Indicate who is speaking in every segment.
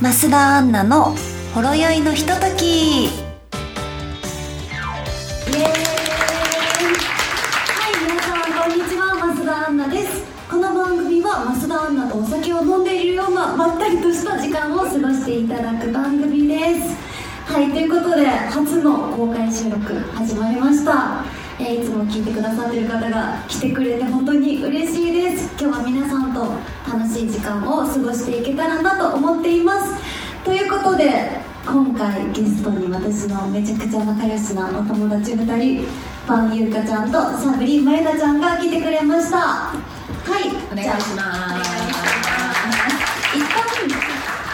Speaker 1: 増田アンナのほろ酔いのひとときイエーイはい皆さんこんにちは増田アンナですこの番組は増田アンナとお酒を飲んでいるようなまったりとした時間を過ごしていただく番組ですはいということで初の公開収録始まりましたえーいつも聞いてくださってる方が来てくれて本当に嬉しいです今日は皆さんと楽しい時間を過ごしていけたらなと思っていますということで今回ゲストに私のめちゃくちゃ仲良しなお友達2人パンゆうかちゃんとサブリンまゆかちゃんが来てくれましたはい
Speaker 2: お願いします
Speaker 1: じゃあ一旦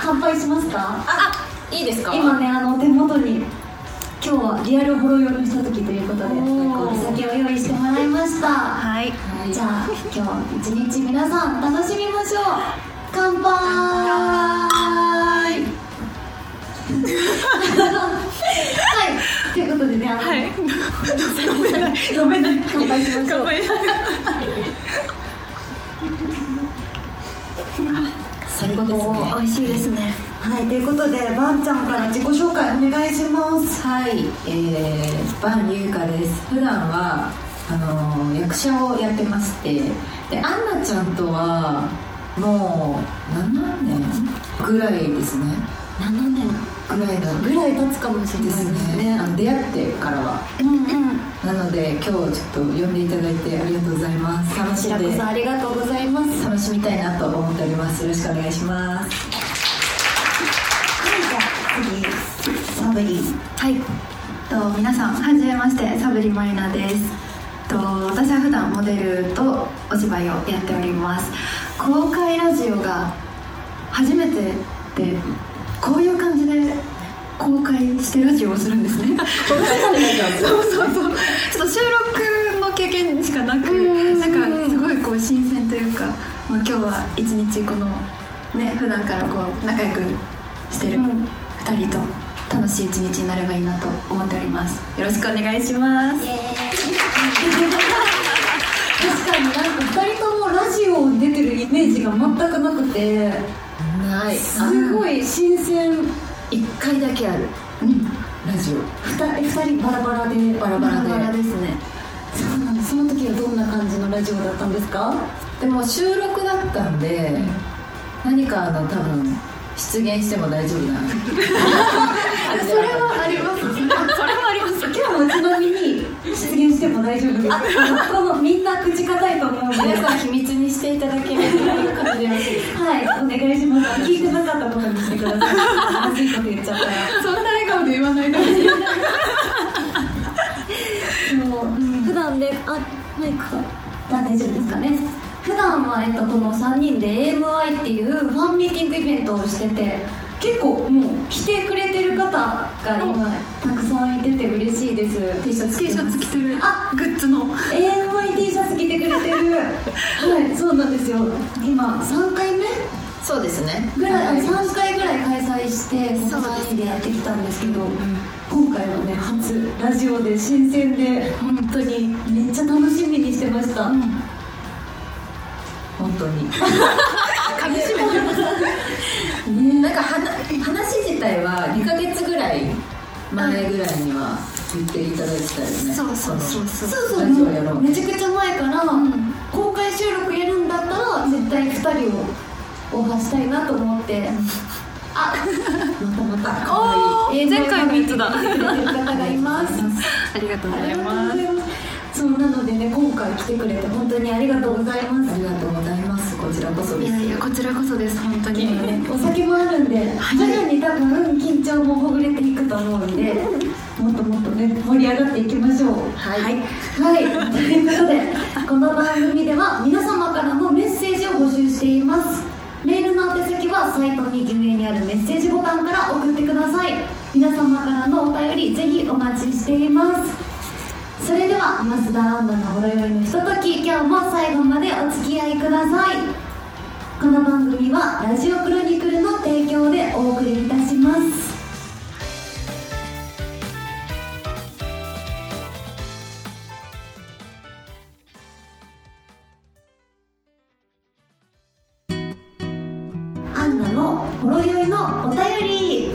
Speaker 1: 乾杯しますか
Speaker 2: あ、あいいですか
Speaker 1: 今ねあの手元に今日はリアルほろ酔いのひとときということで
Speaker 2: おー
Speaker 1: お酒を用意してもらいました、
Speaker 2: はい
Speaker 1: じゃあ今日一日皆さん楽しみましょう乾杯はいということでねあの、
Speaker 2: はい飲めない
Speaker 1: 飲めない乾杯しましょ
Speaker 2: 乾
Speaker 1: う
Speaker 2: 杯
Speaker 1: 最高美味しいですねはいということでばんちゃんから自己紹介お願いします
Speaker 2: はい、えー、バン優香です普段はあのー役者をやってましてでアンナちゃんとはもう7年ぐらいですね
Speaker 1: 7年
Speaker 2: ぐらいの
Speaker 1: ぐらい経つかもしれ
Speaker 2: で
Speaker 1: ないです
Speaker 2: す
Speaker 1: ね
Speaker 2: ねあの出会ってからは
Speaker 1: うんうん
Speaker 2: なので今日ちょっと呼んでいただいてありがとうございます楽し
Speaker 1: 白
Speaker 2: ん
Speaker 1: 子
Speaker 2: で
Speaker 1: さんありがとうございます
Speaker 2: 楽しみたいなと思っておりますよろしくお願いします
Speaker 1: サブリ
Speaker 3: はい、えっと皆さんはじめましてサブリマリナです、えっと、私は普段モデルとお芝居をやっております公開ラジオが初めてでこういう感じで公開してラジオをするんですねそうそうそうちょっと収録の経験しかなくなんかすごいこう新鮮というか、まあ、今日は一日このね普段からこう仲良くしてる2人と楽しい一日になればいいなと思っておりますよろしくお願いします
Speaker 1: イエーイ確かになんか二人ともラジオに出てるイメージが全くなくて
Speaker 2: はい
Speaker 1: すごい新鮮
Speaker 2: 一回だけある、ラジオ
Speaker 1: 二人二人バラバラでバラ
Speaker 2: バラで
Speaker 3: ですね
Speaker 1: そうなんですその時はどんな感じのラジオだったんですか
Speaker 2: でも収録だったんで、何かあの多分出現しても大丈夫な
Speaker 3: それはありますそれはあります
Speaker 1: 今日もちなみに出現しても大丈夫ですかこのみんな口固いと思うので
Speaker 2: 皆さん秘密にしていただけるという感じでよろしいですか
Speaker 1: はいお願いします聞いてなかったことにしてくださいまずいこと言っちゃったら
Speaker 3: そんな笑顔で言わないでほしい
Speaker 1: もう普段であマイクが大丈夫ですかね普段はえっとこの3人で AMI っていうファンミーティングイベントをしてて結構もう来てくれてる方が今たくさんいてて嬉しいです T シャツ
Speaker 3: T シャツ着てるグッズの
Speaker 1: AMI T シャツ着てくれてるはいそうなんですよ今3回目
Speaker 2: そうですね
Speaker 1: ぐらい、
Speaker 2: はい
Speaker 1: 3回ぐらい開催してこの3人でやってきたんですけど、今回はね初ラジオで新鮮で本当にめっちゃ楽しみにしてました、
Speaker 2: 本当になんか話話自体は2ヶ月ぐらい前ぐらいには言っていただいてたよね
Speaker 3: そうそうそうそう
Speaker 1: そうそう
Speaker 2: ラジオやろう
Speaker 1: もうめちゃくちゃ前から、公開収録やるんだったら絶対2人をオファーしたいなと思って、あまたま
Speaker 3: お
Speaker 1: た
Speaker 3: ー前回のやつだ
Speaker 1: 見てくれてる方がいます
Speaker 3: ありがとう
Speaker 1: ありがとうございますそうなのでね今回来てくれて本当にありがとうございます
Speaker 2: ありがとうございますこちらこそ
Speaker 3: い
Speaker 2: です
Speaker 3: やいやこちらこそです本当に
Speaker 1: お酒もあるんで徐々に多分緊張もほぐれていくと思うんでもっともっとね盛り上がっていきましょう
Speaker 2: はい
Speaker 1: はいということでこの番組では皆様からのメッセージを募集していますメールの宛先はサイト右上にあるメッセージボタンから送ってください皆様からのお便りぜひお待ちしていますそれでは増田アンナのほろ酔いのひととき今日も最後までお付き合いくださいこの番組はラジオクロニクルの提供でお送りいたしますはアンナのほろ酔いのお便りイエーイ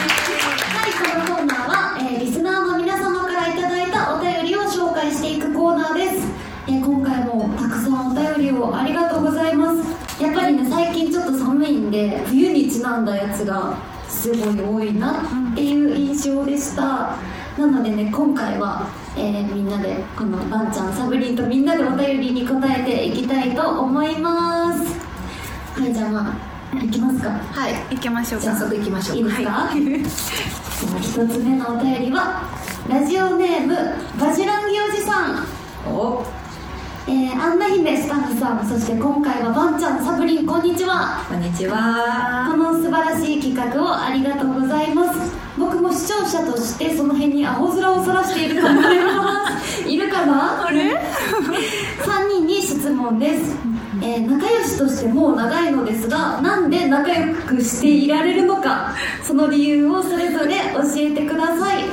Speaker 1: はいこのコーナーは、えーリスナーの皆様からいただいたお便りを紹介していくコーナーです、えー今回もたくさんお便りをありがとうございますやっぱりね最近ちょっと寒いんで冬にちなんだやつがすごい多いなっていう印象でしたなのでね今回は、えーみんなでこのばんちゃんサブリンとみんなでお便りに答えていきたいと思いますはいじゃあまあいきますか
Speaker 4: はい行きましょう
Speaker 1: じゃあ
Speaker 4: か
Speaker 1: 早速いきましょういいですか、
Speaker 4: は
Speaker 1: じゃあ一つ目のお便りはラジオネームバジランギおじさん
Speaker 2: お
Speaker 1: えー、アンナ姫スタッフさんそして今回はばんちゃんサブリンこんにちは
Speaker 2: こんにちは
Speaker 1: この素晴らしい企画をありがとうございます僕も視聴者としてその辺に青空をそらしていると思いますいるかなあれ3人に質問です、えー仲良しとしてもう長いのですがなんで仲良くしていられるのかその理由をそれぞれ教えてください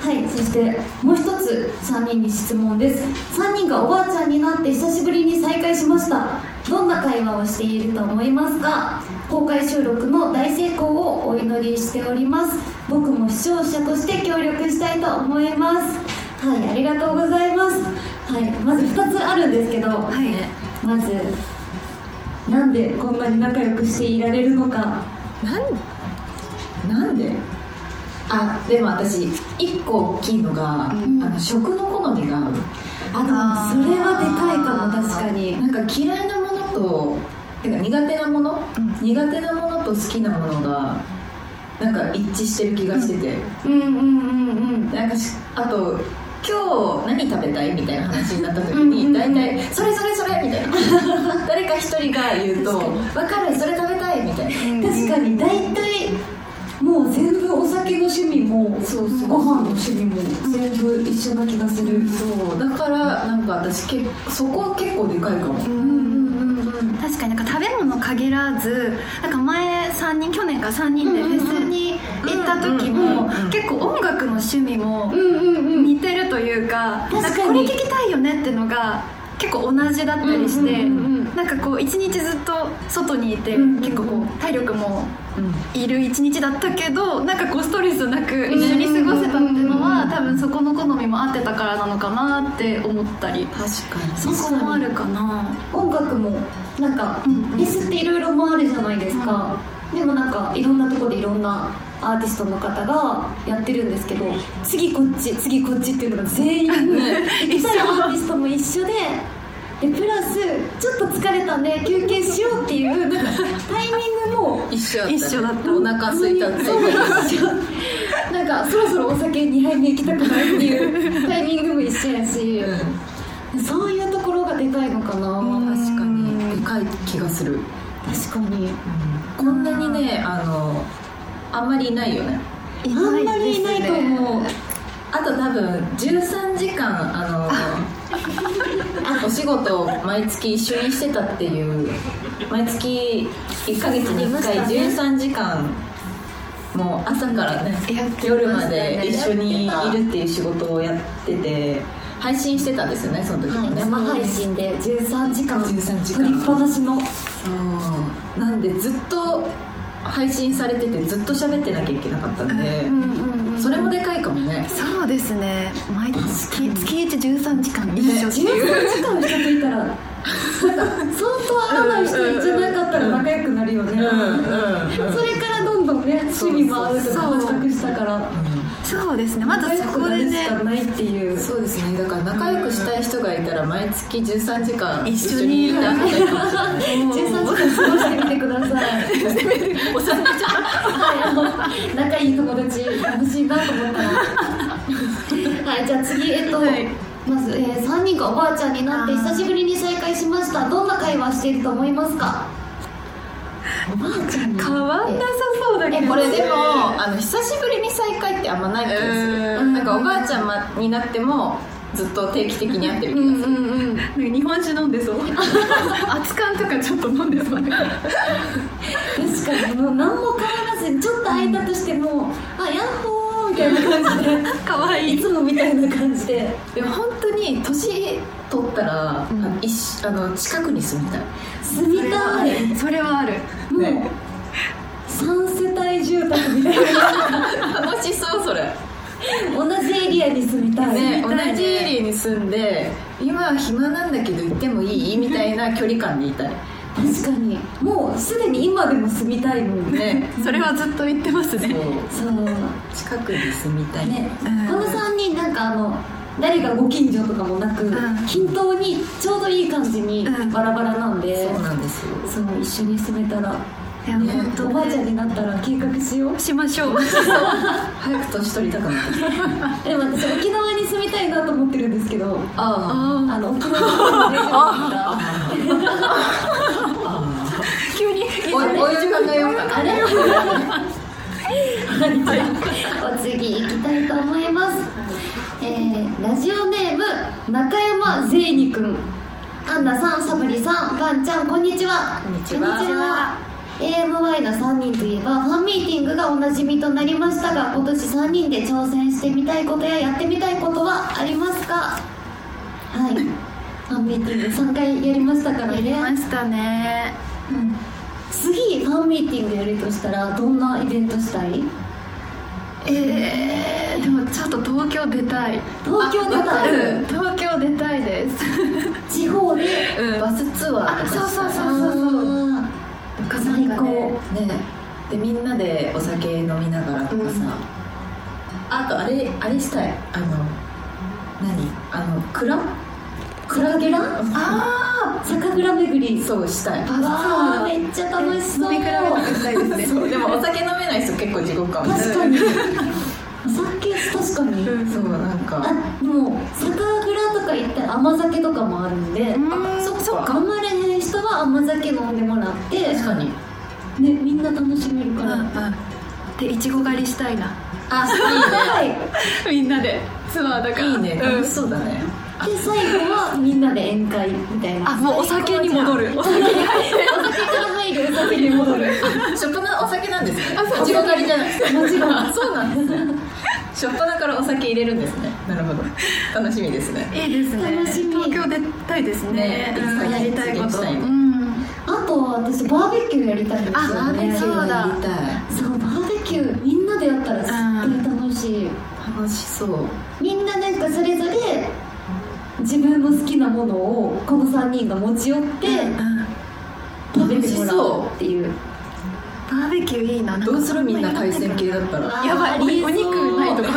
Speaker 1: はい、そしてもう一つ3人に質問です3人がおばあちゃんになって久しぶりに再会しましたどんな会話をしていると思いますか公開収録の大成功をお祈りしております僕も視聴者として協力したいと思いますはい、ありがとうございますはい、まず2つあるんですけど、まずなんでこんなに仲良くしていられるのか
Speaker 4: なん
Speaker 2: なんであでも私一個大きいのが、あの食の好みが合う
Speaker 1: あのそれはでかいかも確かに
Speaker 2: なんか嫌いなものとてか苦手なもの、苦手なものと好きなものがなんか一致してる気がしてて、
Speaker 1: うんうんうんうん
Speaker 2: なんかしあと今日何食べたいみたいな話になった時
Speaker 1: うんうん
Speaker 2: に大体「それそれそれ」みたい な誰か一人が言うと「分かるそれ食べたい」みたいな
Speaker 1: 確かに大体もう全部お酒の趣味もご飯の趣味も全部一緒な気がする
Speaker 2: そうだからなんか私けそこ結構でかいかも、
Speaker 4: 確かになんか食べ物限らずなんか前3人去年か3人でフェスに行った時も結構音楽の趣味も
Speaker 1: うんうんうん
Speaker 4: 似てるというか
Speaker 1: 確かに
Speaker 4: なんかこれ聞きたいよねってのが結構同じだったりして、
Speaker 1: うんうんうん
Speaker 4: なんかこう一日ずっと外にいて、
Speaker 1: うんうんうん
Speaker 4: 結構こう体力もいる一日だったけどなんかこうストレスなく一緒に過ごせたっていうのは、多分そこの好みも合ってたからなのかなって思ったり
Speaker 2: 確かに
Speaker 4: そこもあるかな
Speaker 1: 音楽もなんか
Speaker 4: うんうん
Speaker 1: フェスっていろいろ回るじゃないですか、でもなんかいろんなとこでいろんなアーティストの方がやってるんですけど次こっち次こっちっていうのが全員 行きたいアーティストも一緒ででプラスちょっと疲れたんで休憩しようっていうなんかタイミングも
Speaker 2: 一緒だった,、
Speaker 4: 一緒だった
Speaker 2: お腹空いたって
Speaker 1: そうなんですよなんかそろそろお酒2杯目行きたくないって いうタイミングも一緒やし、そういうところがでかいのかな、
Speaker 2: 確かにでかい気がする、
Speaker 1: 確かに
Speaker 2: こんなにねあのあんまりいないよね
Speaker 1: あんまりいないと思う
Speaker 2: あと多分13時間あのお仕事を毎月一緒にしてたっていう毎月1ヶ月に1回13時間もう朝からね
Speaker 4: やってましたね
Speaker 2: 夜まで一緒にいるっていう仕事をやってて配信してたんですよねその時もね、
Speaker 1: 生配信で13時間
Speaker 2: 13時間
Speaker 1: 撮りっぱなしの
Speaker 2: そうなんでずっと配信されててずっと喋ってなきゃいけなかったんで、それもでかいかもね
Speaker 4: そうですね毎月月一13時間一緒って
Speaker 1: 13
Speaker 4: いう
Speaker 1: 時間一緒といたらなんか相当合わない人じゃなかったら仲良くなるよね、
Speaker 2: うん
Speaker 1: それからどんどんね趣味も合うとか
Speaker 4: そうそう
Speaker 1: 発覚したから
Speaker 4: そうですねまだそこでね
Speaker 1: 仲良くなるしかないっていう
Speaker 2: そうですねだから仲良くしたい人がいたら毎月13時間
Speaker 4: 一緒にいる
Speaker 2: 一緒にいるってあげたい
Speaker 1: 13時間過ごしてみてくださいはい仲いい友達楽しいなと思った らはいじゃあ次えっと、
Speaker 4: はい
Speaker 1: まず、えー、3人がおばあちゃんになって
Speaker 4: あー
Speaker 1: 久しぶりに再会しましたどんな会話していると思いますかおばあちゃん
Speaker 4: 変わんなさそうだけ
Speaker 2: え
Speaker 4: ど
Speaker 2: これでもあの久しぶりに再会ってあんまない気がす
Speaker 4: う
Speaker 2: る
Speaker 4: ん
Speaker 2: なんかおばあちゃんまになってもずっと定期的に会ってる
Speaker 1: う
Speaker 2: 気
Speaker 1: ん
Speaker 2: がす
Speaker 1: う
Speaker 2: る、
Speaker 1: んうん
Speaker 4: 日本酒飲んでそう熱燗とかちょっと飲んでそう
Speaker 1: 確かにもう何も変わらずにちょっと空いたとしてもあヤッホーみたいな感じで
Speaker 4: かわい
Speaker 1: いつもみたいな感じで
Speaker 2: でも本当に年取ったら、
Speaker 4: ん
Speaker 2: 一緒あの近くに住みたい、
Speaker 1: 住みたい
Speaker 4: それはある
Speaker 2: ね
Speaker 1: 三世帯住宅みたいな
Speaker 2: 楽しそうそれ
Speaker 1: 同じエリアに住みたい
Speaker 2: ね
Speaker 1: 住みたい
Speaker 2: 同じエリアに住んで今は暇なんだけど行ってもいいみたいな距離感でいたい
Speaker 1: 確かにもうすでに今でも住みたいもんね
Speaker 2: ね
Speaker 4: それはずっと言ってます
Speaker 2: そう
Speaker 4: ね
Speaker 1: そう
Speaker 2: 近くに住みたい、
Speaker 1: ね、
Speaker 4: うん
Speaker 1: この3人なんかあの誰がご近所とかもなく、
Speaker 4: ん
Speaker 1: 均等にちょうどいい感じに
Speaker 4: うん
Speaker 1: バラバラなんで、
Speaker 2: そうなんですよ
Speaker 1: そう一緒に住めたら
Speaker 4: いや
Speaker 2: ね
Speaker 4: 本当
Speaker 1: おばあちゃんになったら計画し よう
Speaker 4: しましょう
Speaker 2: 早く年取りたくなってきた
Speaker 1: でも私沖縄に住みたいなと思ってるんですけど
Speaker 2: あ
Speaker 1: あの沖縄に住んでるんですか
Speaker 4: 急に
Speaker 2: あおいお湯考えようか
Speaker 1: あ
Speaker 2: な
Speaker 1: れはい、お次行きたいと思います、えーラジオネーム中山ゼイニくんアンナさんサブリさんパンちゃんこんにちは
Speaker 2: こんにちは
Speaker 1: こんにちは AMY の3人といえばファンミーティングがおなじみとなりましたが今年3人で挑戦してみたいことややってみたいことはありますかはいファンミーティング3回やりましたからね
Speaker 4: やりましたねうん
Speaker 1: 次ファンミーティングやるとしたらどんなイベントしたい
Speaker 4: えー、でもちょっと東京出たい
Speaker 1: 東京出たい
Speaker 4: うん東京出たいです、
Speaker 1: 地方で
Speaker 2: バスツアーとかしたい
Speaker 4: あそうそうそう
Speaker 1: あ
Speaker 4: なんかね
Speaker 2: ねでみんなでお酒飲みながらとかさ、
Speaker 4: うん
Speaker 2: あとあれあれしたいあの何あのクラクラゲラあ
Speaker 1: ー酒蔵巡り
Speaker 2: そうしたい
Speaker 1: わあめっちゃ楽しそう
Speaker 4: 飲み比べとかしたいですね
Speaker 2: そうでもお酒飲めない人結構地獄かも
Speaker 1: 確かにお酒確かに、
Speaker 4: うん
Speaker 2: そうなんか
Speaker 1: あでも酒蔵とか行って甘酒とかもあるんで、
Speaker 4: うん
Speaker 1: そっか頑張れへん人は甘酒飲んでもらって
Speaker 2: 確かに
Speaker 1: ねみんな楽しめるから、
Speaker 4: でいちご狩りしたいな
Speaker 2: あ
Speaker 4: みんなでツアーだから
Speaker 2: いいねいいね
Speaker 4: う
Speaker 2: 楽
Speaker 4: ん
Speaker 2: しそうだね、
Speaker 1: で最後はみんなで宴会みたいな
Speaker 4: あもうお酒に戻るお酒に
Speaker 1: お酒から入るお酒に戻る
Speaker 2: しょっぱなお酒なんですねあ地獄狩りじゃない
Speaker 1: もちろん
Speaker 2: あそうなんですねしょっぱなからお酒入れるんですねなるほど楽しみですね
Speaker 4: いいですね
Speaker 1: 楽しみ
Speaker 4: 東京出たいですね
Speaker 2: ね
Speaker 4: うんやりたいこ
Speaker 2: 実現し
Speaker 4: と
Speaker 2: たいね
Speaker 4: うん
Speaker 1: あとは私バーベキューやりたいんですよ
Speaker 4: あバーベキ
Speaker 1: ね
Speaker 4: ューそうだ
Speaker 2: やりたい
Speaker 1: そうバーベキューみんなでやったら絶対楽しい、
Speaker 2: 楽しそう
Speaker 1: みんななんかそれぞれ自分の好きなものをこの3人が持ち寄って食べてもらうっていう
Speaker 4: バーベキューいいな
Speaker 2: どうするみんな対戦系だったら
Speaker 1: あ
Speaker 4: やばい
Speaker 1: ありえ
Speaker 4: お
Speaker 1: そう
Speaker 4: 肉ないとか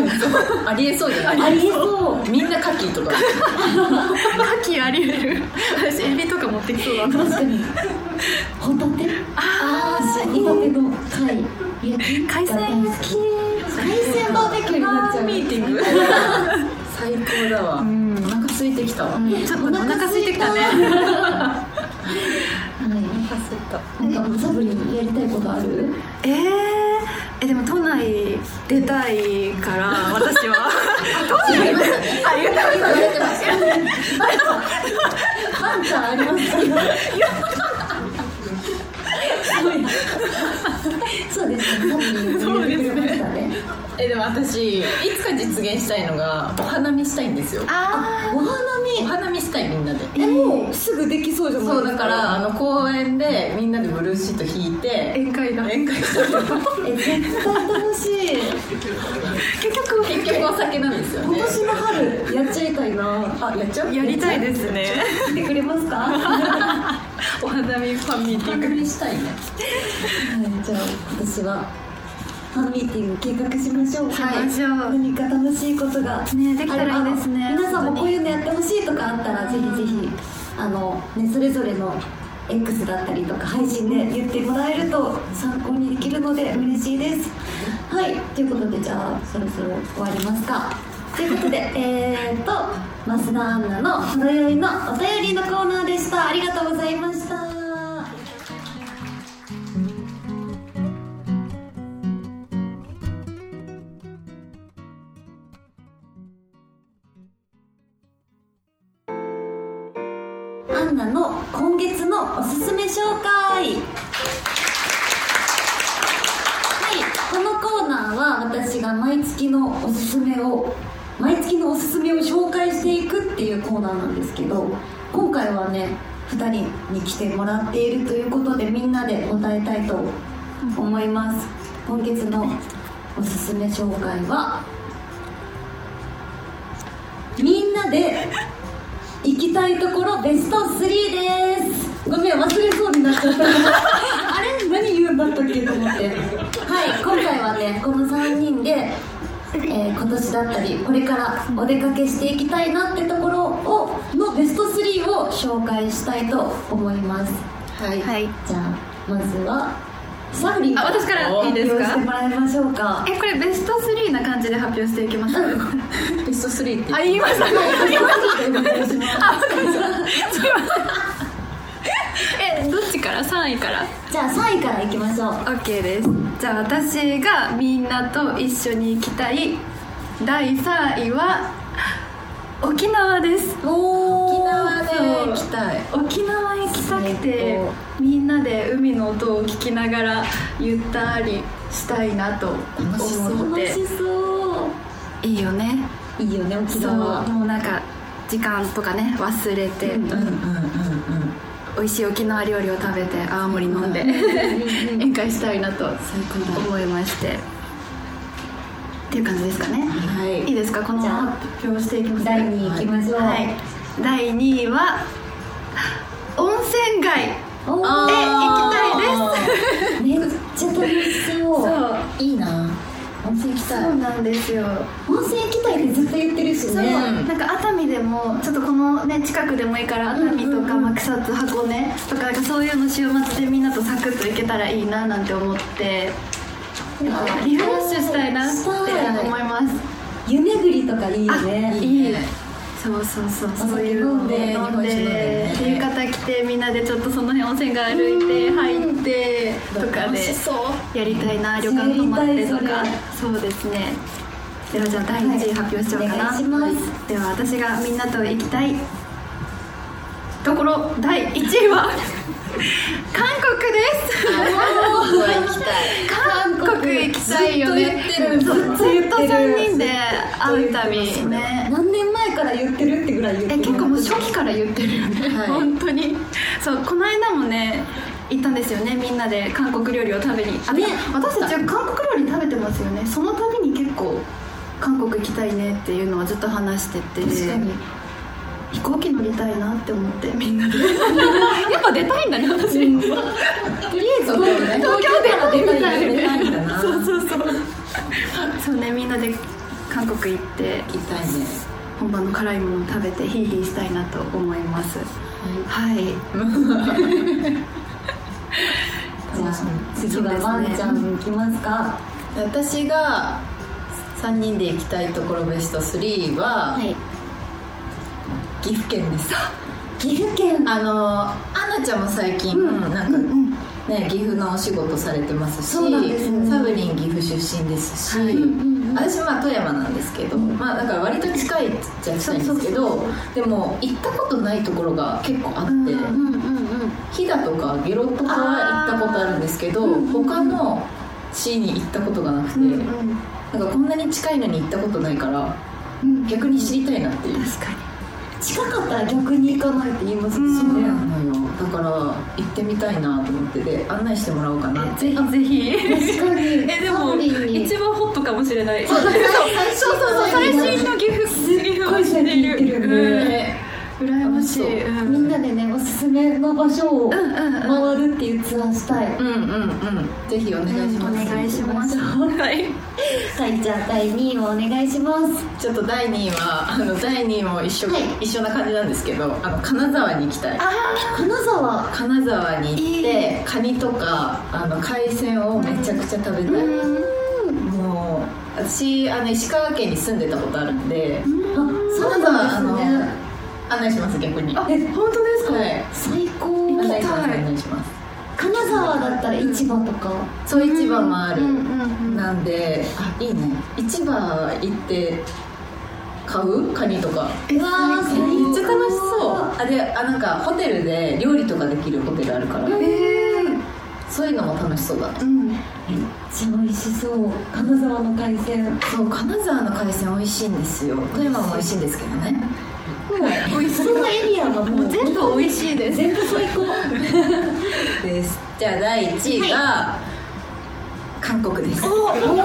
Speaker 2: ありえそうじゃ
Speaker 1: あ
Speaker 2: ない
Speaker 1: りえそう
Speaker 2: みんな牡蠣とか
Speaker 4: 牡蠣ありえる私エビとか持ってきそうだな
Speaker 1: 確かにホタテああホタテの貝いや
Speaker 4: 海鮮好き
Speaker 1: 海鮮バーベキューになっちゃう
Speaker 4: ミーティング
Speaker 2: 最高だわ、お腹空いてきたわ、
Speaker 4: ちょっとお腹空いてきたね
Speaker 1: はい
Speaker 2: 腹空いた
Speaker 1: なんかサブリンやりたいことある
Speaker 4: えー、えでも都内出たいから私は都内ありがとうございます
Speaker 1: パンちゃんありますかそうですね多分
Speaker 4: そうです
Speaker 1: 言
Speaker 4: ね
Speaker 1: ってくれましたね
Speaker 2: えでも私いつか実現したいのがお花見したいんですよ
Speaker 4: あ
Speaker 1: お
Speaker 2: お
Speaker 1: 花
Speaker 2: 花見したいみんなで
Speaker 1: 見えもうすぐできそうじゃない
Speaker 2: そ
Speaker 1: で
Speaker 2: う
Speaker 1: す
Speaker 2: だからあの公園でみんなでブルーシート引い
Speaker 4: ー
Speaker 2: て
Speaker 4: 宴会だ
Speaker 2: 宴会したい
Speaker 1: え絶対楽しい
Speaker 4: 結局
Speaker 2: 結局お酒なんですよ
Speaker 1: 今
Speaker 2: ね
Speaker 1: 年の春やっちゃいたいな
Speaker 2: あやっちゃう
Speaker 4: やりたいですね
Speaker 1: 来てくれますかは
Speaker 4: お花見ファンミーテ
Speaker 2: お
Speaker 4: ィン
Speaker 2: 花
Speaker 4: グ
Speaker 2: 見したいね
Speaker 1: いじゃあ私はファンミーティング計画しましょう
Speaker 4: はいしましょう
Speaker 1: 何か楽しいことが
Speaker 4: ねできたらいいですね
Speaker 1: あの皆さんもこういうのやってほしいとかあったらぜひぜひあの、ね、それぞれの X だったりとか配信で言ってもらえると参考にできるので嬉しいですはいということでじゃあそろそろ終わりますかということで えーっと増田アンナの「ほろ酔いのお便り」のコーナーでしたありがとうございましたアンナの今月のおすすめ紹介はいこのコーナーは私が毎月のおすすめを毎月のおすすめを紹介していくっていうコーナーなんですけど今回はね2人に来てもらっているということでみんなで答えたいと思います今月のおすすめ紹介はみんなで行きたいところベスト3ですごめん忘れそうになっちゃったあれ何言うんだったっけと思ってはい今回はねこの3人で、えー今年だったりこれからお出かけしていきたいなってところをのベスト3を紹介したいと思いますはい、
Speaker 4: はい
Speaker 1: じゃあまずはサフリン
Speaker 4: あ私からいいです
Speaker 1: 発表しても
Speaker 4: か
Speaker 1: らいましょうか
Speaker 4: えこれベスト3な感じで発表していきましょう
Speaker 2: ベスト3って
Speaker 4: あ言いました えどっちから3位から
Speaker 1: じゃあ3位からいきましょう
Speaker 4: OK ですじゃあ私がみんなと一緒に行きたい第3位は沖縄です
Speaker 1: お
Speaker 2: 沖
Speaker 1: ー
Speaker 2: 縄で行きたい
Speaker 4: 沖縄行きたく
Speaker 1: 最
Speaker 4: て
Speaker 1: 高
Speaker 4: みんなで海の音を聞きながらゆったりしたいなと思っ
Speaker 1: 楽
Speaker 4: て
Speaker 1: しそ
Speaker 4: いいよね
Speaker 1: ういいよね沖
Speaker 4: そう
Speaker 1: 縄
Speaker 4: もうなんか時間とかね忘れて、
Speaker 2: うんうんうんうん
Speaker 4: 美味しい沖縄料理を食べて泡盛飲んで宴会したいなと思いましてっていう感じですかね
Speaker 1: はい
Speaker 4: いいですかこの
Speaker 1: じ
Speaker 4: ま
Speaker 1: ゃ
Speaker 4: ま
Speaker 1: あ
Speaker 4: 発表していきます
Speaker 1: 第2位行きましょう、
Speaker 4: はい第2位は温泉街
Speaker 1: おー
Speaker 4: で行き
Speaker 1: めっ
Speaker 4: たいです
Speaker 1: ちゃ楽しそう
Speaker 4: そう
Speaker 2: いいな温泉行きた
Speaker 4: そ
Speaker 2: いう
Speaker 4: なんですよ
Speaker 1: 温泉行きたいってずっと言ってるし
Speaker 4: そう、
Speaker 1: ね
Speaker 4: なんか熱海でもちょっとこのね近くでもいいから熱海とか、まあ草津箱根とかなんかそういうの週末でみんなとサクッと行けたらいいななんて思ってなんかリフレッシュしたいなって思います
Speaker 1: 湯巡りとかいいよね
Speaker 4: いいそうそうそうそういうので飲んでっていう方来てみんなでちょっとその辺温泉が歩いて入ってとかでやりたいな旅館泊まってとかそうですねではじゃあ第1位発表しようかな、
Speaker 1: はいお願いしま
Speaker 4: では私がみんなと行きたいところ第1位は韓国です
Speaker 2: 韓国は行きたい
Speaker 4: 韓国行きたいよね
Speaker 2: ずっと言ってる
Speaker 4: そうずっと
Speaker 1: 言ってる
Speaker 4: 3人で会うたびね
Speaker 1: 何年前から言ってるってぐらい言って
Speaker 4: え
Speaker 1: る
Speaker 4: 結構もう初期から言ってるよね、
Speaker 2: はい
Speaker 4: 本当にそうこの間もね行ったんですよねみんなで韓国料理を食べにあ、
Speaker 1: ね
Speaker 4: 私たちは韓国料理食べてますよねその度に結構韓国行きたいねっていうのはずっと話してて
Speaker 2: 確かに
Speaker 4: 飛行機乗りたいなって思ってみんなで やっぱ出たいんだね私
Speaker 1: とりあえず東
Speaker 2: ね
Speaker 1: 京から出たいよね
Speaker 2: いんだな行
Speaker 4: そうそうそうねみんなで韓国行って
Speaker 2: きたいね
Speaker 4: 本場の辛いものを食べてヒーヒーしたいなと思いますはい
Speaker 1: じゃあ次はワンちゃん行きますか
Speaker 2: 私が3人で行きたいところベスト3は、
Speaker 1: い
Speaker 2: 岐阜県です
Speaker 1: 岐阜県
Speaker 2: あのアンナちゃんも最近、なんか、ね、岐阜のお仕事されてますし
Speaker 1: そうなんですよね
Speaker 2: サブリン岐阜出身ですし、私まあ富山なんですけど、まあだから割と近いっちゃ近いんですけどでも行ったことないところが結構あって、
Speaker 1: うんうんうん
Speaker 2: 飛騨とか下呂とかは行ったことあるんですけど、他の市に行ったことがなくて、なんかこんなに近いのに行ったことないから、逆に知りたいなっていう、
Speaker 4: 確かに
Speaker 1: 近かったら逆に行かないって言いますし
Speaker 2: そう
Speaker 1: ね
Speaker 2: なのよだから行ってみたいなと思ってて案内してもらおうかなって
Speaker 4: ぜひぜひ
Speaker 1: 確かに
Speaker 4: えでも
Speaker 1: サブリンに
Speaker 4: 一番ホットかもしれないそうそう
Speaker 1: そう
Speaker 4: そう最新の岐阜岐阜をし
Speaker 1: すっご
Speaker 4: てい
Speaker 1: い最近行ってるよ
Speaker 4: るうん羨ましいうん
Speaker 1: みんなでねおすすめの場所を
Speaker 4: んうん
Speaker 1: 回るっていうツアーしたい
Speaker 2: うんうんうんぜひお願いし
Speaker 4: お
Speaker 2: ます、
Speaker 4: 願いしますはい
Speaker 1: はいじゃあ第2位をお願いします
Speaker 2: ちょっと第2位はあの第2位も一緒,、
Speaker 1: はい
Speaker 2: 一緒な感じなんですけどあの金沢に行きたい
Speaker 1: 金沢
Speaker 2: 金沢に行って
Speaker 4: い
Speaker 2: カニとかあの海鮮をめちゃくちゃ食べたい、もう私あの石川県に住んでたことあるんで、
Speaker 1: あそうなんですね
Speaker 2: 案内します逆に
Speaker 4: あ本当ですか
Speaker 2: はい
Speaker 1: 最高
Speaker 2: 案
Speaker 4: たい
Speaker 2: 内します案内します
Speaker 1: 金沢だったら市場とか
Speaker 2: そう市場もある、
Speaker 4: うんうん
Speaker 2: なんであいいね市場行って買うカニとか
Speaker 1: うわー
Speaker 2: めっちゃ楽しそうあであなんかホテルで料理とかできるホテルあるから、
Speaker 4: えー
Speaker 2: そういうのも楽しそうだね
Speaker 3: うん
Speaker 1: ちゃ美味しそう金沢の海鮮
Speaker 2: そう金沢の海鮮美味しいんですよ富山も美味しいんですけどね
Speaker 1: 美味しそうなエリアがもう
Speaker 4: 全部美味しいです
Speaker 1: 全部最高
Speaker 2: ですじゃあ第1位が、韓国です
Speaker 1: おお
Speaker 2: ほん本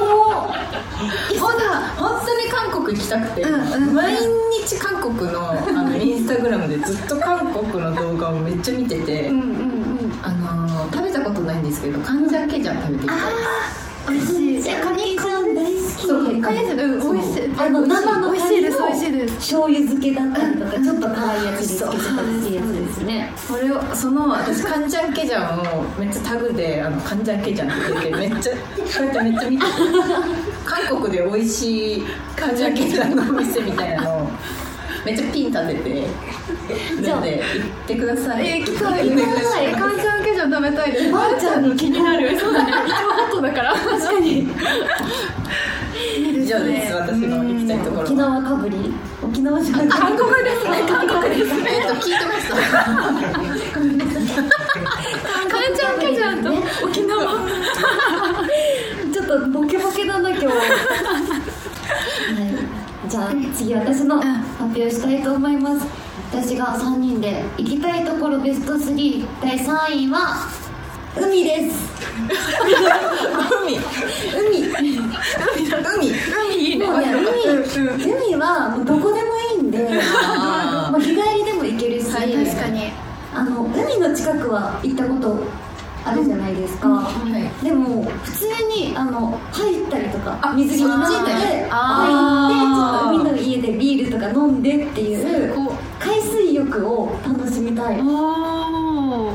Speaker 2: 当に韓国行きたくて、
Speaker 3: うんうん
Speaker 2: 毎日韓国のあのインスタグラムでずっと韓国の動画をめっちゃ見てて、
Speaker 4: うんうんうん
Speaker 2: あのー食べたことないんですけどカンジャンケジャン食べてみたい
Speaker 4: 美味しい
Speaker 1: じゃあカニちゃん大
Speaker 2: そう
Speaker 1: 好き
Speaker 2: カニ
Speaker 4: うん美味しい
Speaker 1: あの生の
Speaker 4: 美味しいです美味しいです
Speaker 1: 醤油漬けだったりとかちょっと可愛いやつにつけてたりするやつですね
Speaker 2: それをその私カンジャンケジャンをめっちゃタグであのカンジャンケジャンって言ってめっちゃそうやってめっちゃ見てて韓国で美味しいカンジャンケジャンのお店みたいなのをめっちゃピン立てて
Speaker 1: じゃあ
Speaker 2: なんで行ってください
Speaker 4: えー、行きたい行きたいカンジャンケジャン食べたいです
Speaker 1: ワンちゃんの気にな る
Speaker 4: そうだね一番ホットだから確かに
Speaker 2: 以上です私の行きたいところ
Speaker 1: 沖縄かぶり沖縄じゃない
Speaker 4: 韓国ですね韓国ですね
Speaker 2: えっと聞いてました
Speaker 4: カンジャンケジャンと沖縄
Speaker 1: ちょっとボケボケだな今日は、はい、じゃあ次私の発表したいと思います私が3人で行きたいところベスト3第3位は海です海
Speaker 2: 海海海いい
Speaker 1: もうね海海はもうどこでもいいんで
Speaker 2: あー
Speaker 1: まあ日帰りでも行けるし、
Speaker 4: はい確かに
Speaker 1: あの海の近くは行ったことあるじゃないですか、
Speaker 2: はい
Speaker 1: でも普通にあの入ったりとか
Speaker 2: あ
Speaker 1: 水着になって
Speaker 2: そっちね
Speaker 1: 入
Speaker 4: あ
Speaker 1: ってち
Speaker 4: ー
Speaker 1: ょっと海の家でビールとか飲んでっていう
Speaker 4: こう
Speaker 1: 海水浴を楽しみたい
Speaker 4: おー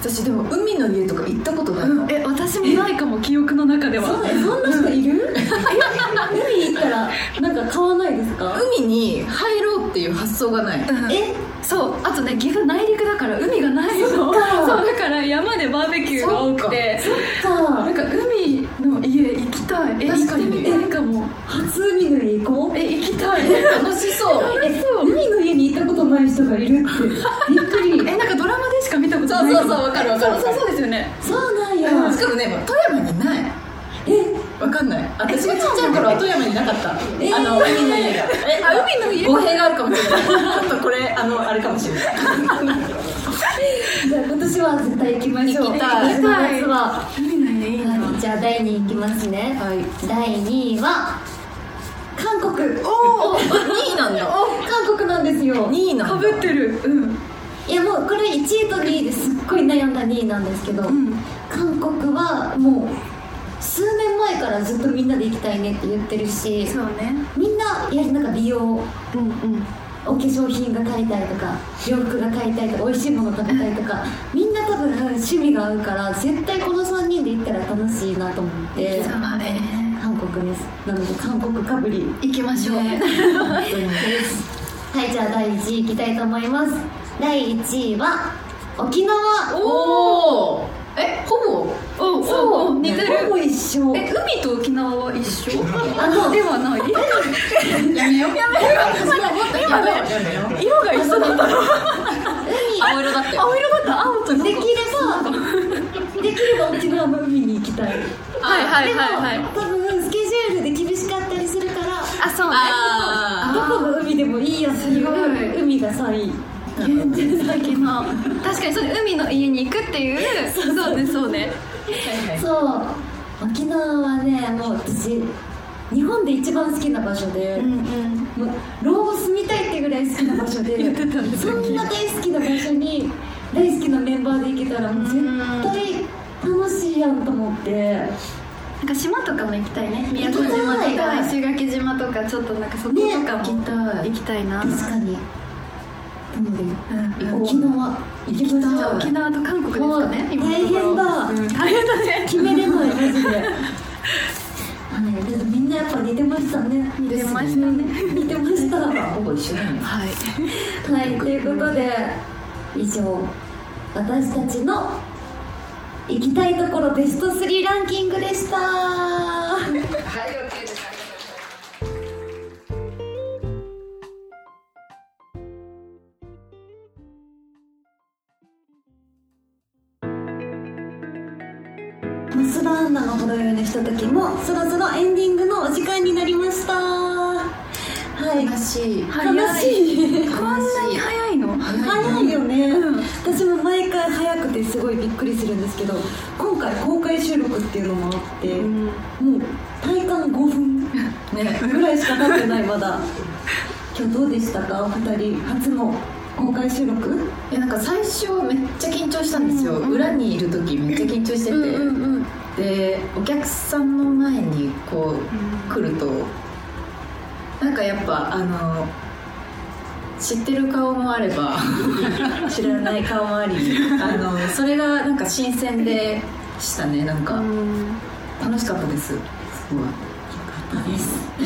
Speaker 2: 私でも海の家とか行ったことない
Speaker 4: うんえ私もないかも記憶の中で
Speaker 1: そんな
Speaker 4: は
Speaker 1: そんな人いる海行ったらなんか買わないですか
Speaker 2: 海に入ろうっていう発想がない
Speaker 1: え
Speaker 4: そうあとね岐阜内陸だから海がないの
Speaker 1: そ
Speaker 4: そうう
Speaker 1: か
Speaker 4: だから山でバーベキューが多くてな
Speaker 1: か
Speaker 4: んか海の家行きたいえ
Speaker 2: 確
Speaker 4: 行
Speaker 2: か
Speaker 4: っ
Speaker 2: に
Speaker 4: てみたいかも
Speaker 1: 初海の家行こう
Speaker 4: え行きたい
Speaker 2: 楽しそう
Speaker 1: え海の家に行ったことない人がいるってびっくり
Speaker 4: えなんかドラマでしか見たことない
Speaker 2: そうそうそうわかるわかる
Speaker 4: そうそうそうですよね
Speaker 1: そうなん や
Speaker 2: しかもね富山にない
Speaker 1: え
Speaker 2: わかんない私がちっちゃい頃は富山になかったあ
Speaker 1: え
Speaker 2: の海の家がえ
Speaker 4: あ海の家
Speaker 2: 語弊があるかもしれないちょっとこれあのあれかもしれない
Speaker 1: じゃあ今年は絶対行きましょう
Speaker 2: 行きたい
Speaker 1: 今年は
Speaker 4: 海の家いいな
Speaker 1: はい、じゃあ第2位いきますね、
Speaker 2: はい
Speaker 1: 第2位は韓国
Speaker 2: おお2位なんだ
Speaker 1: 韓国なんですよ
Speaker 2: 2位な
Speaker 4: か
Speaker 2: んだ
Speaker 4: ぶってるうん
Speaker 1: いやもうこれ1位と2位ですっごい悩んだ2位なんですけど、
Speaker 4: ん
Speaker 1: 韓国はもう数年前からずっとみんなで行きたいねって言ってるし
Speaker 4: そうね
Speaker 1: みんないやなんか美容
Speaker 4: うんうん
Speaker 1: お化粧品が買いたいとか洋服が買いたいとか美味しいもの食べたいと かみんな多分趣味が合うから絶対この3人で行ったら楽しいなと思って韓国ですなので韓国かぶり
Speaker 4: 行きましょう
Speaker 1: はいじゃあ第1位いきたいと思います第1位は沖縄
Speaker 2: おおえほぼ
Speaker 4: おうおうおう似てる
Speaker 1: ほぼ一緒
Speaker 4: え海と沖縄は一緒
Speaker 1: あの
Speaker 4: ではない
Speaker 2: やめようやめようやめようやめよう
Speaker 4: 色が一緒だった の
Speaker 1: 海
Speaker 2: 青色だって
Speaker 4: 青色だった青と
Speaker 1: できればできれば沖縄の海に行きたい
Speaker 4: はいはいはい
Speaker 1: で
Speaker 4: は
Speaker 1: も
Speaker 4: い
Speaker 1: 多分スケジュールで厳しかったりするから
Speaker 4: あそうね
Speaker 2: あ
Speaker 1: どこの海でもいいやつには
Speaker 4: すごい
Speaker 1: 海が3位
Speaker 4: 現実的な確かにそうね海の家に行くっていうそうねそうね
Speaker 1: そう沖縄はねもう私日本で一番好きな場所で、
Speaker 4: うんうん
Speaker 1: もう老後住みたいってぐらい好きな場所で
Speaker 4: 言ってたんです
Speaker 1: そんな大好きな場所に大好きなメンバーで行けたらもう絶対楽しいやんと思って
Speaker 4: なんか島とかも行きたいね宮古
Speaker 1: 古島と
Speaker 4: 島と
Speaker 1: か
Speaker 4: か石垣島とかちょっとなんかそことと
Speaker 1: か
Speaker 4: か
Speaker 1: も
Speaker 4: も
Speaker 2: 行
Speaker 4: 行きたいな
Speaker 1: 確かになので、
Speaker 2: うん
Speaker 1: 沖縄行きましょう
Speaker 4: 沖縄と韓国です
Speaker 1: もう
Speaker 4: かね今のところ
Speaker 1: 大変だ
Speaker 4: うん大変だね
Speaker 1: 決めれないマ ジではいでもみんなやっぱ似てましたね
Speaker 4: 似てましたね
Speaker 1: 似てましたは
Speaker 2: ほぼ一緒だよね
Speaker 4: はい
Speaker 1: いということで以上私たちの行きたいところベスト3ランキングでした増田アンナのほろ酔いのひとときもそろそろエンディングのお時間になりましたはい
Speaker 2: 悲しい
Speaker 1: 悲しい
Speaker 4: こんなに早いの
Speaker 1: 早いよね、私も毎回早くてすごいびっくりするんですけど今回公開収録っていうのもあって、もう体感5分ぐらいしか経ってないまだ今日どうでしたかお二人初の公開収録
Speaker 2: いやなんか最初めっちゃ緊張したんですよ、裏にいる時めっちゃ緊張してて、
Speaker 1: うん
Speaker 2: でお客さんの前にこう来ると、なんかやっぱあの知ってる顔もあれば 知らない顔もありあのそれがなんか新鮮でしたねなんか、楽しかったですすご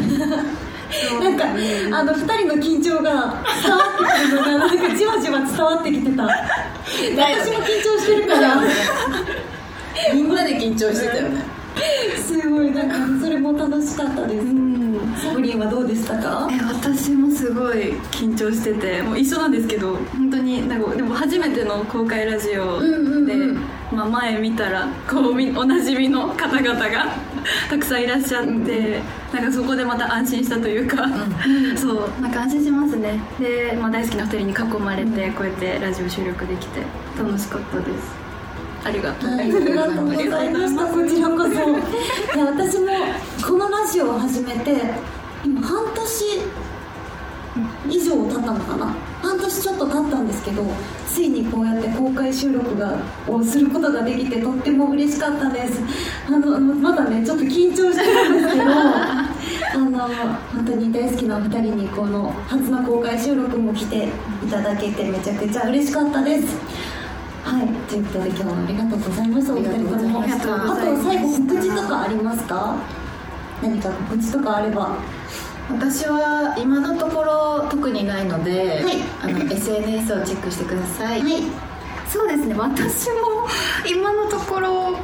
Speaker 2: い
Speaker 1: なんか、あの2人の緊張が伝わってくるのがなんかじわじわ伝わってきてた 私も緊張してるから
Speaker 2: みんなで緊張してたよね
Speaker 1: すごいなんかそれも楽しかったです
Speaker 4: うん
Speaker 1: サブリンはどうでしたか
Speaker 4: え私もすごい緊張しててもう一緒なんですけど本当になんかでも初めての公開ラジオで、
Speaker 1: うんうんうん
Speaker 4: まあ、前見たらこうみおなじみの方々が たくさんいらっしゃって、なんかそこでまた安心したというか、 そうなんか安心しますねで、まあ、大好きな二人に囲まれて、こうやってラジオ収録できて楽しかったですありがとう、
Speaker 1: はい、ありがとうございましたこちらこそいや私もこのラジオを始めて今半年以上経ったのかな半年ちょっと経ったんですけどついにこうやって公開収録がをすることができてとっても嬉しかったですあのまだねちょっと緊張してるんですけどあの本当に大好きなお二人にこの初の公開収録も来ていただけてめちゃくちゃ嬉しかったですはい、ということで今日はありがとうございました。お二人とも。
Speaker 2: ありがとうご
Speaker 1: あと最後告知とかありますか？何か告知とかあれば。
Speaker 2: 私は今のところ特にないので、あの SNS をチェックしてください、
Speaker 1: はい。
Speaker 4: そうですね私も今のところ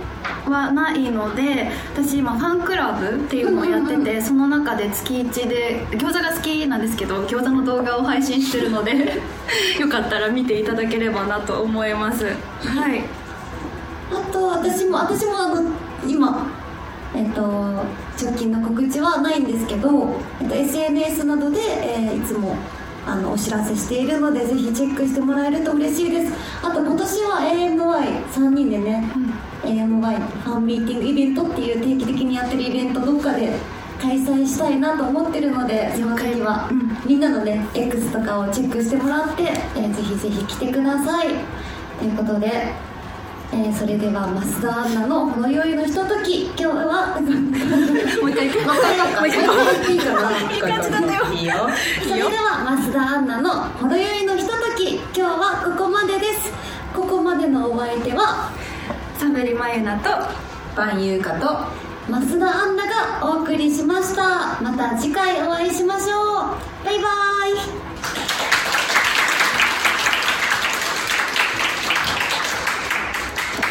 Speaker 4: はないので私今ファンクラブっていうのをやってて、
Speaker 1: うんうん
Speaker 4: その中で月1で餃子が好きなんですけど餃子の動画を配信してるのでよかったら見ていただければなと思いますはい
Speaker 1: あと私も私もあの今えっと直近の告知はないんですけど、えっと SNS などで、えーいつも。あのお知らせしているのでぜひチェックしてもらえると嬉しいですあと今年は AMY3 人でね、AMY ファンミーティングイベントっていう定期的にやってるイベントどっかで開催したいなと思ってるのでその時は、みんなのね X とかをチェックしてもらって、えーぜひぜひ来てくださいということで、えーそれでは増田アンナの「ほろ酔いのひととき」今日は
Speaker 4: もう一回行くもう一回
Speaker 1: いいかな
Speaker 2: よいいよ
Speaker 1: それでは増田アンナの「ほろ酔いのひととき」今日はここまでですここまでのお相手は
Speaker 4: サブリマユナと
Speaker 2: バンユーカと
Speaker 1: 増田アンナがお送りしましたまた次回お会いしましょうバイバイ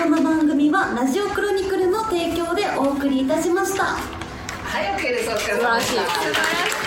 Speaker 1: この番組はラジオクロニクルの提供でお送りいたしました
Speaker 2: 早ければ素晴らしい
Speaker 4: 素晴らしい